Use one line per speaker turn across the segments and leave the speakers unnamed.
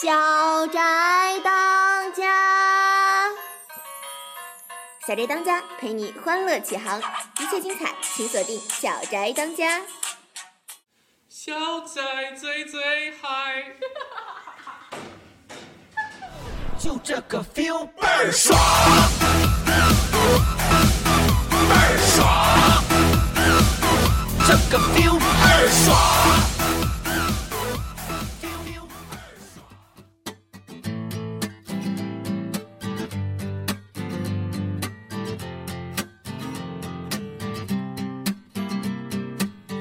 小宅当家，
小宅当家陪你欢乐启航，一切精彩请锁定小宅当家。
小宅最最嗨，
就这个 feel 倍儿爽，倍儿爽，这个 feel 倍儿爽。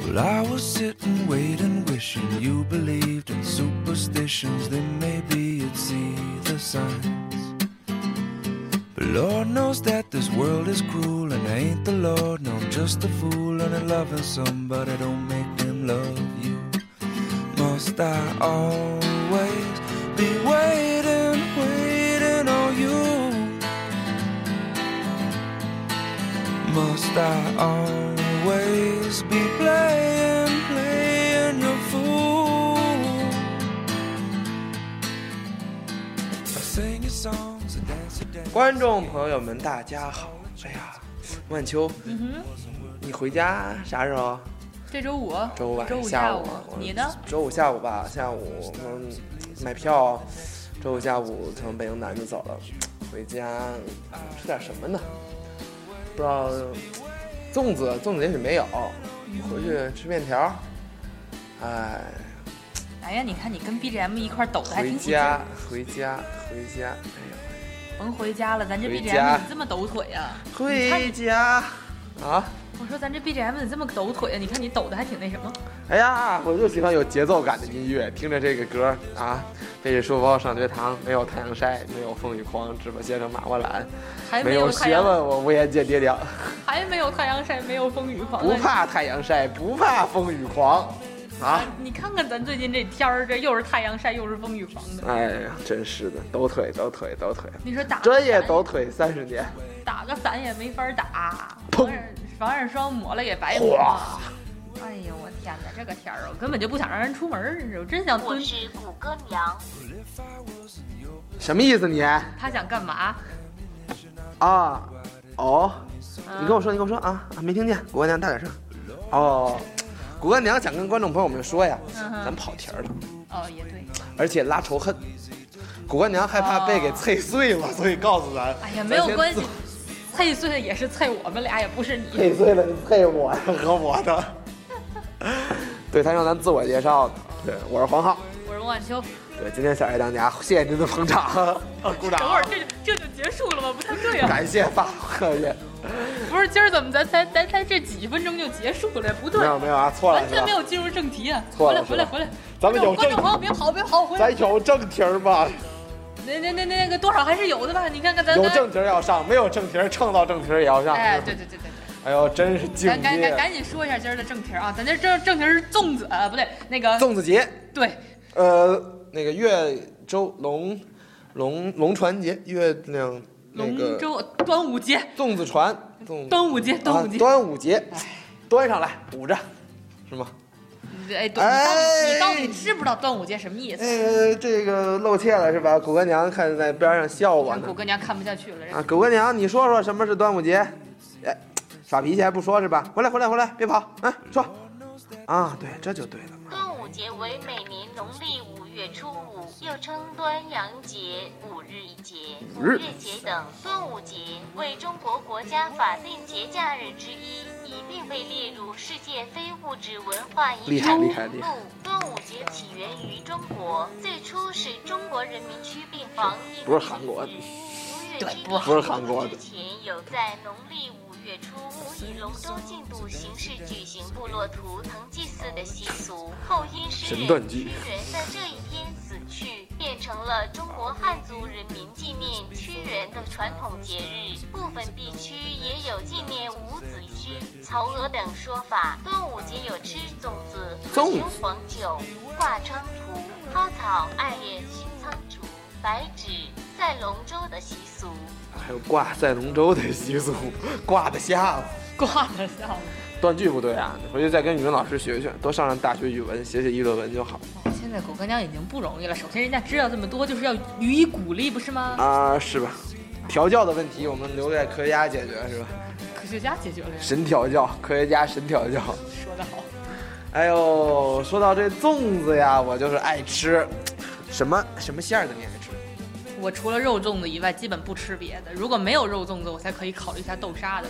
Well, I was sitting, waiting, wishing you believed in superstitions. Then maybe you'd see the signs. But Lord knows that this world is cruel, and I ain't the Lord. No, I'm just a fool, and I'm loving somebody. Don't make them love you. Must I always be waiting, waiting on you? Must I always be playing, playing your fool? I sing your songs, I dance your dance.
观众朋友们，大家好！哎呀，万秋，
嗯
你回家啥时候？
这周五，
周五晚
周
上
五
下
午，啊
我
你呢？
周五下午吧，下午嗯买票，周五下午从北京南就走了，回家吃点什么呢？不知道，粽子粽子也许没有，
嗯
回去吃面条。哎，
哎呀，你看你跟 BGM 一块儿抖的还
回
挺起劲
家
儿。
回家回家，哎
甭回家了，咱这
回家
BGM 怎么这么抖腿呀、
呦，回家啊！
我说咱这 BGM 怎么这么抖腿啊呀、你看你抖的还挺那什么。
哎呀，我就喜欢有节奏感的音乐，听着这个歌啊，背着书包上学堂，没有太阳晒，没有风雨狂，只把先生马过懒，
还
没
哎有太
学
阳，
问我无颜见爹娘，
还没有太阳晒，没有风雨狂。
不怕太阳晒，不怕风雨狂，啊！
哎你看看咱最近这天儿，这又是太阳晒，又是风雨狂的。
哎呀，真是的，抖腿抖腿抖腿，
你说打个
专业
伞
抖腿三十年，
打个伞也没法打，
砰
防晒防晒霜抹了也白抹。哎呦我天哪，这个天儿我根本就不想让人出门儿，我真想
我
蹲。
是谷歌娘，
什么意思你？
他想干嘛？
啊，哦，
嗯
你跟我说，你跟我说啊，啊没听见，谷歌娘大点声。哦，谷歌娘想跟观众朋友们说呀，
嗯哼
咱跑题儿了。
哦，也对。
而且拉仇恨。谷干娘害怕被给踩碎了， 所以告诉咱，
哎呀，没有关系，脆碎的也是脆我们俩，也不是你。
配碎了，配我和我的。 对他让咱自我介绍的，对，我是黄浩，
我是王婉秋，
对，今天小爱当家，谢谢您的捧场， 鼓掌
等会儿这这就结束了吗？不太对啊，
感谢发挥。
不是今儿怎么咱才咱才这几分钟就结束了？不对
没，有没有啊，错了
完
是
全
吧
没？有进入正题啊！
错
回
了
来
是吧
回来回来，
咱们有
观
正
众朋友别跑别跑，回来
咱。有正题儿吗？
那那那那那个多少还是有的吧？你看看咱
有
咱
正题儿要上，没有正题儿蹭到正题儿也要上。
哎，
是吧
对对对对对，
哎呦，真是境
赶赶赶
界。
赶紧说一下今儿的正题儿啊！咱这正正题儿是粽子啊，不对，那个
粽子节，
对
呃，那个越州龙龙龙船节，月亮那
龙
个
舟端午节，
粽子船，粽
端午节，端午
啊
节，
端午节，端上来捂着，是吗？
哎，端你到底
哎
你到底知不知道端午节什么意思？
那个呃这个露怯了是吧？狗干娘看在边上笑我
看谷
呢。
歌娘看不下去了，
啊，狗干娘，你说说什么是端午节？哎，耍脾气还不说是吧？回来回来回来，别跑，啊，说。啊，对，这就对了。
端午节为每年农历五月初五，又称端阳节、五日节、五
日
月节等。端午节为中国国家法定节假日之一，已并被列入世界非物质文化遗
厉害
产
厉
名
害厉害
录。端午节起源于中国，最初是中国人民区病防疫
不是韩国的
对
对
不
不是韩国的
之前有在农历五月初五以龙舟竞渡形式举行部落图腾祭祀的习俗，后因失
神
恋
断机
屈原在这一天死去，变成了中国汉族人民纪念屈原的传统节日。部分地区也有纪念伍子胥、曹娥等说法。端午节有吃粽子、
粽
喝
子
雄黄酒、挂菖蒲、薅草、艾叶、熏苍竹、白芷、赛龙舟的习俗。
还有挂赛龙舟的习俗，挂的下午。
挂得下了。
断句不对啊，你回去再跟语文老师学学，多上上大学语文，写写议论文就好。
哦现在在狗干娘已经不容易了，首先人家知道这么多，就是要予以鼓励，不是吗？
啊，是吧？调教的问题我们留给科学家解决，是吧？
科学家解决了呀，
神调教，科学家神调教。
说得好。
哎呦，说到这粽子呀，我就是爱吃，什么什么馅儿的你爱吃？
我除了肉粽子以外，基本不吃别的。如果没有肉粽子，我才可以考虑一下豆沙的。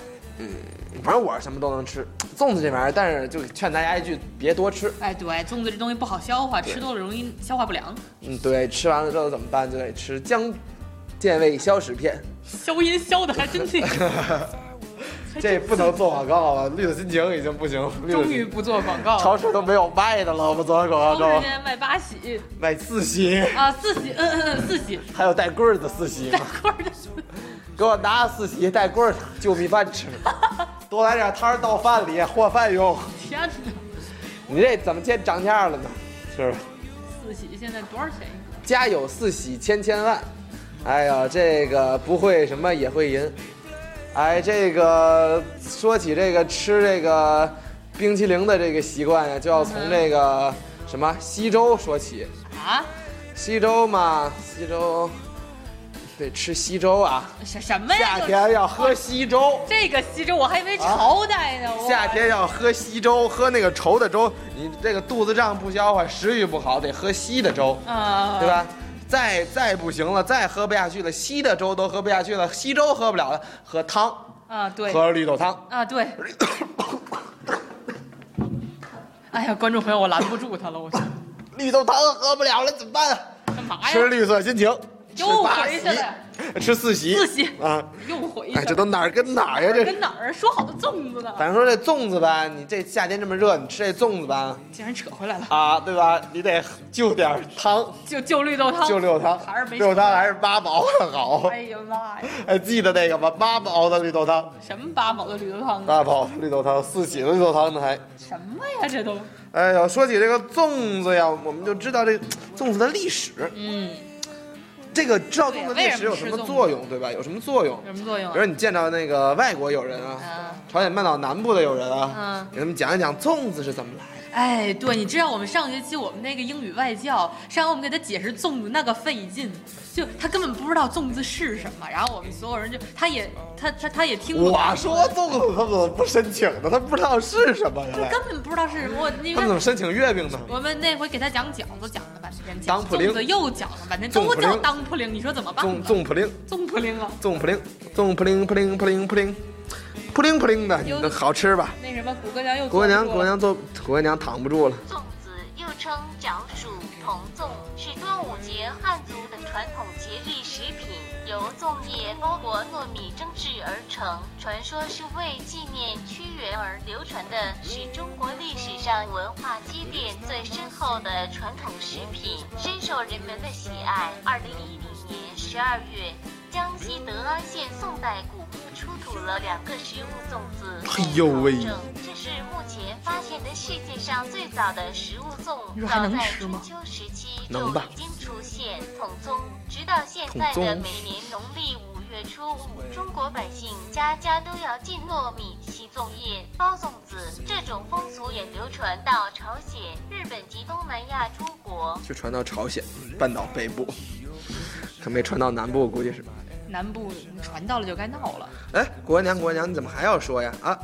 反正我是什么都能吃，粽子这玩意儿，但是就劝大家一句，别多吃。
哎，对，粽子这东西不好消化，吃多了容易消化不良，
嗯，对，吃完了之后怎么办？就得吃姜健胃消食片，
消音消的还真 厉害。
这不能做广告了。绿色心情已经不行，绿色
终
心
于不做广告
超
了，
市都没有卖的了，我们做完广
都
告
是
之后
间卖八喜
卖四喜，
啊，四喜，嗯嗯嗯，四喜，
还有带棍儿的四喜吗？
棍儿的
给我拿四喜带棍儿的，就米饭吃，多来点汤儿倒饭里和饭用。
天哪！
你这怎么见涨价了呢？是吧？
四喜现在多少钱一个？
家有四喜千千万，哎呀，这个不会什么也会赢。哎，这个说起这个吃这个冰淇淋的这个习惯呀，就要从这个什么西周说起。
啊？
西周嘛，西周得吃西周啊，
什什么呀？
夏天要喝西周，
这个西周我还以为朝代呢，我
啊夏天要喝西周，喝那个稠的粥，你这个肚子胀不消化，食欲不好，得喝稀的粥。
啊，
对？吧？再再不行了，再喝不下去了，稀的粥都喝不下去了，稀粥喝不了了，喝汤，
啊，对，
喝绿豆汤。
啊，对。哎呀，观众朋友，我拦不住他了，我去，
绿豆汤喝不了了怎么办、啊？
干嘛
吃
呀？
绿色心情，吃
又
八
回去了
喜，吃四喜，
四喜
啊！
又回去
哎，
了。
这都哪儿跟哪儿呀？这
跟哪儿说好的粽子呢？
反正说这粽子吧，你这夏天这么热，你吃这粽子吧，
竟然扯回来了，
啊，对吧？你得就点儿汤，
就就绿豆汤，
就绿豆汤，
还是没
绿豆汤还
是。
是八毛的好。
哎呀妈呀，
还记得那个吗？八毛的绿豆汤，
什么八宝的绿豆汤啊？
八毛的绿豆汤，四喜的绿豆汤呢还。
什么呀？这都，
哎呀，说起这个粽子呀，我们就知道这个粽子的历史。
嗯，
这个知道粽子历史有什么作用，对吧？有什么作用？
有什么作用
比如
啊？
你见到那个外国友人啊，
啊，
朝鲜半岛南部的友人啊
嗯，
给他们讲一讲粽子是怎么来的。
哎，对，你知道我们上学期我们那个英语外教，上回我们给他解释粽子那个费劲，就他根本不知道粽子是什么，然后我们所有人就他也他他他也听不懂，
我说粽子他们怎么不申请呢？他不知道是什么 呀？
根本不知道是什么，我你
他们
看
怎么申请月饼呢？
我们那回给他讲饺子，讲了半天，
当
讲
铺灵
粽子又讲了半天，
粽
都
铺灵
叫当铺灵，你说怎么办
粽
吧？
粽扑灵，
粽铺灵啊，
粽扑灵，粽扑灵扑灵扑灵扑灵，扑灵扑灵的，你的好吃吧？
那什么谷歌娘又
国
国
娘国娘做国娘躺不住了。
粽子又称枣属铜粽，是端午节汉族的传统节日食品，由粽叶、包裹糯米蒸制而成。传说是为纪念屈原而流传的，是中国历史上文化积淀最深厚的传统食品，深受人们的喜爱。二零一零年十二月。江西德安县宋代古墓出土了两个实物粽子，
哎呦喂
被考证这是目前发现的世界上最早的食物
你
粽，
说还
早
能
在
吃
春
吗
秋时期就
能吧
已经出现筒粽，直到现在的每年农历五月初五，中国百姓家家都要浸糯米、洗粽叶、包粽子，这种风俗也流传到朝鲜、日本及东南亚诸国。
就传到朝鲜半岛北部，可没传到南部，估计是。
南部传到了就该闹了。
哎，国娘国娘，你怎么还要说呀？啊，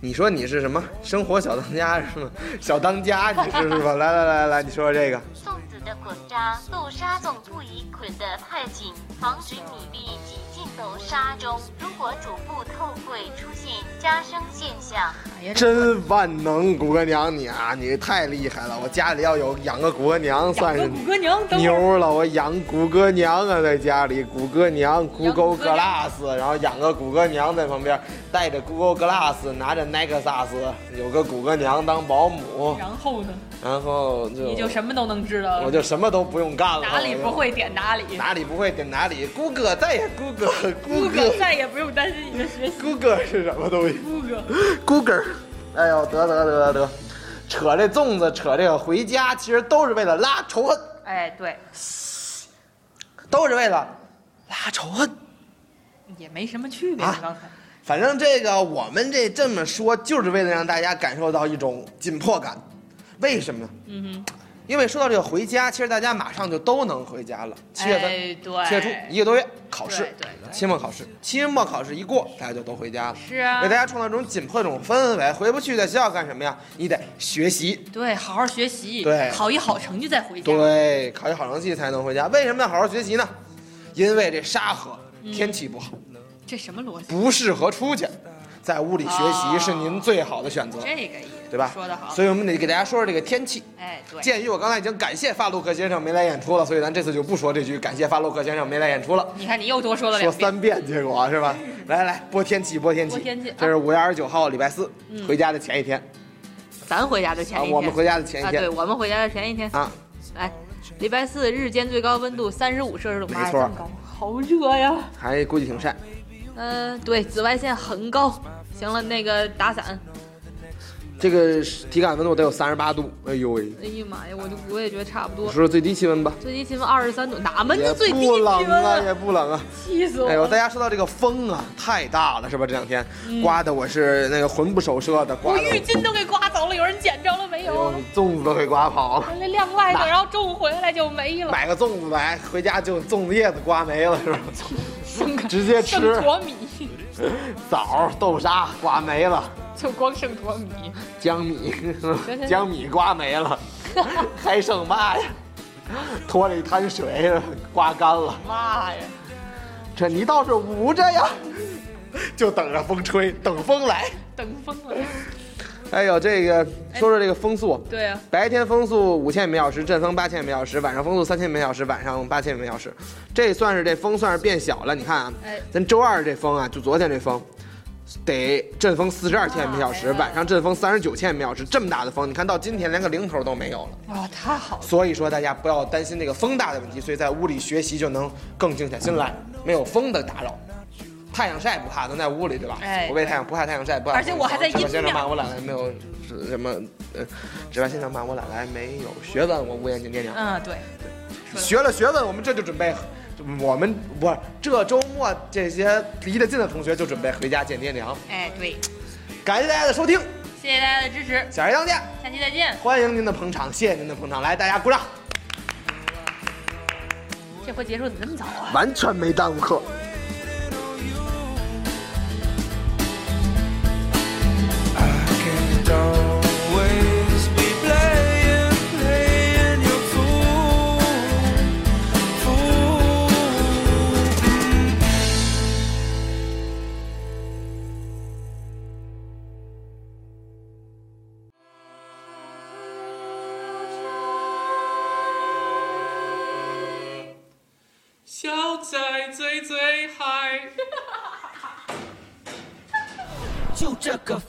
你说你是什么生活小当家是吗？小当家你是是吧？来来来来，你说说这个
粽子的捆扎，豆沙粽不宜捆得太紧，防止米粒挤进豆沙中。如果煮不透会出现夹生现象。
哎呀，
真万能国娘你啊，你太厉害了！我家里要有养个国娘
养
算
个
是
谷歌娘，等会儿
牛了，我养谷歌娘啊，在家里谷歌娘，Google
谷歌娘
Glass，然后养个谷歌娘在旁边，带着 Google Glass，拿着 Nexus，有个谷歌娘当保姆，
然后呢，
然后就
你就什么都能知道了。
我就什么都不用干了，
哪里不会点哪里，
哪里不会点哪里。谷歌再也谷歌，
谷
谷歌
歌再也不用担心你的学习。
谷歌是什么东西？
谷歌，
谷歌，哎呦得得得得，扯这粽子，扯这个回家，其实都是为了拉仇恨，
哎，对，
都是为了拉仇恨。
也没什么区别。
啊
刚才
反正这个我们这这么说，就是为了让大家感受到一种紧迫感。为什么呢？
嗯哼，
因为说到这个回家，其实大家马上就都能回家了。七月份，
哎对
七月初一个多月考试
对对，对
期末考试，期末考试一过，大家就都回家了。
是啊
给大家创造这种紧迫的这种氛围。回不去，在学校干什么呀？你得学习，
对，好好学习，
对
考一好成绩再回家。
对，考一好成绩才能回家。为什么要好好学习呢？因为这沙河
嗯
天气不好，
这什么逻辑？
不适合出去，在屋里学习
哦
是您最好的选择，
这个意思，
对吧？
说得好。
所以我们得给大家说说这个天气。
哎，对，
鉴于我刚才已经感谢发洛克先生没来演出了，所以咱这次就不说这句感谢发洛克先生没来演出了，
你看你又多说了
说
两遍。
三遍结果啊是吧？来来来，播天气，播天气，
播天气啊
这是五月二十九号礼拜四、
嗯
回家的前一天
咱回家的前
啊，
一天，
我们回家的前一
啊，
天
对，我们回家的前一天，
啊，
哎，礼拜四日间最高温度三十五摄氏度，妈呀
没错
这么高好热呀。
还估计挺晒。
嗯、对，紫外线很高。行了，那个打伞。
这个是体感温度得有三十八度，哎呦喂，
哎呀妈呀，我就我也觉得差不多
说。说最低气温吧，
最低气温二十三度，哪门
也
子最低
不
气
冷
温
啊，
啊？
也不冷啊。
气
哦
死我！
哎呦，大家说到这个风啊，太大了是吧？这两天
嗯
刮的我是那个魂不守舍的，刮
我
的
浴巾都给刮走了，有人捡着了没有？
粽子都给刮跑了。
人家晾外头，然后中午回来就没了。
买个粽子来，回家就粽子叶子刮没了是吧？
剩个
直接吃
剩坨米，
枣、豆沙刮没了，
就光剩坨米。
江米
行行
江米刮没了，还剩嘛呀？拖了一滩水刮干了，
妈呀！
这你倒是捂着呀，就等着风吹，等风来。
等疯了。
哎呦，这个说说这个风速。
对啊，
白天风速五千米每小时，阵风八千米每小时，晚上风速三千米每小时，晚上八千米每小时。这算是这风算是变小了。你看啊，
哎
咱周二这风啊，就昨天这风，得阵风四十二千米每小时，晚上阵风三十九千米每小时。这么大的风，你看到今天连个零头都没有了。
哇，太好了，
所以说大家不要担心这个风大的问题，所以在屋里学习就能更静下心来，没有风的打扰。太阳晒不怕，能在屋里对吧？
哎
我为太阳不怕太阳晒，不怕。
而且我还在阴
先生
面
骂我懒来没有是什么，呃，值班先生骂我懒来没有学问，我无颜见爹娘。
嗯，对，
学了学问，我们这就准备，我们不是这周末这些离得近的同学就准备回家见爹娘。
哎，对，
感谢大家的收听，
谢谢大家的支持，
小爱当家，
下期再见。
欢迎您的捧场，谢谢您的捧场，来大家鼓掌。
这回结束怎么那么早啊？
完全没耽误课。
I can't always be playing, playing your fool, fool.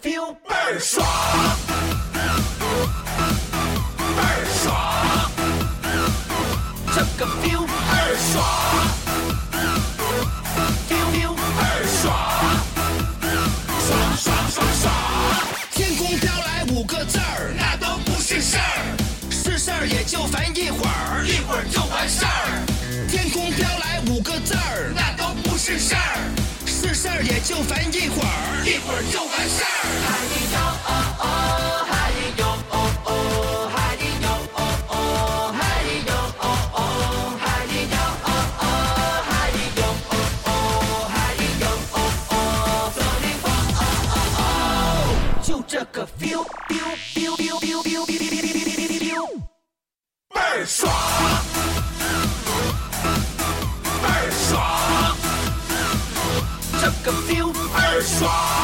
feel 倍儿爽，倍儿爽，这个 feel 倍儿爽，feel feel 倍儿爽，爽爽爽爽。天空飘来五个字儿，那都不是事儿，是事儿也就烦一会儿，一会儿就完事儿。天空飘来五个字儿，那都不是事儿，是事儿也就烦一会儿，一会儿就完事儿。嗨哟哦哦，嗨哟哦哦，嗨哟哦哦，嗨哟哦哦，嗨哟哦哦，嗨哟哦哦，嗨哟哦哦，走你我哦哦哦，就这个 feel feel feel feel feel feel feel feel，倍儿爽，倍儿爽。这个 feel 倍儿爽，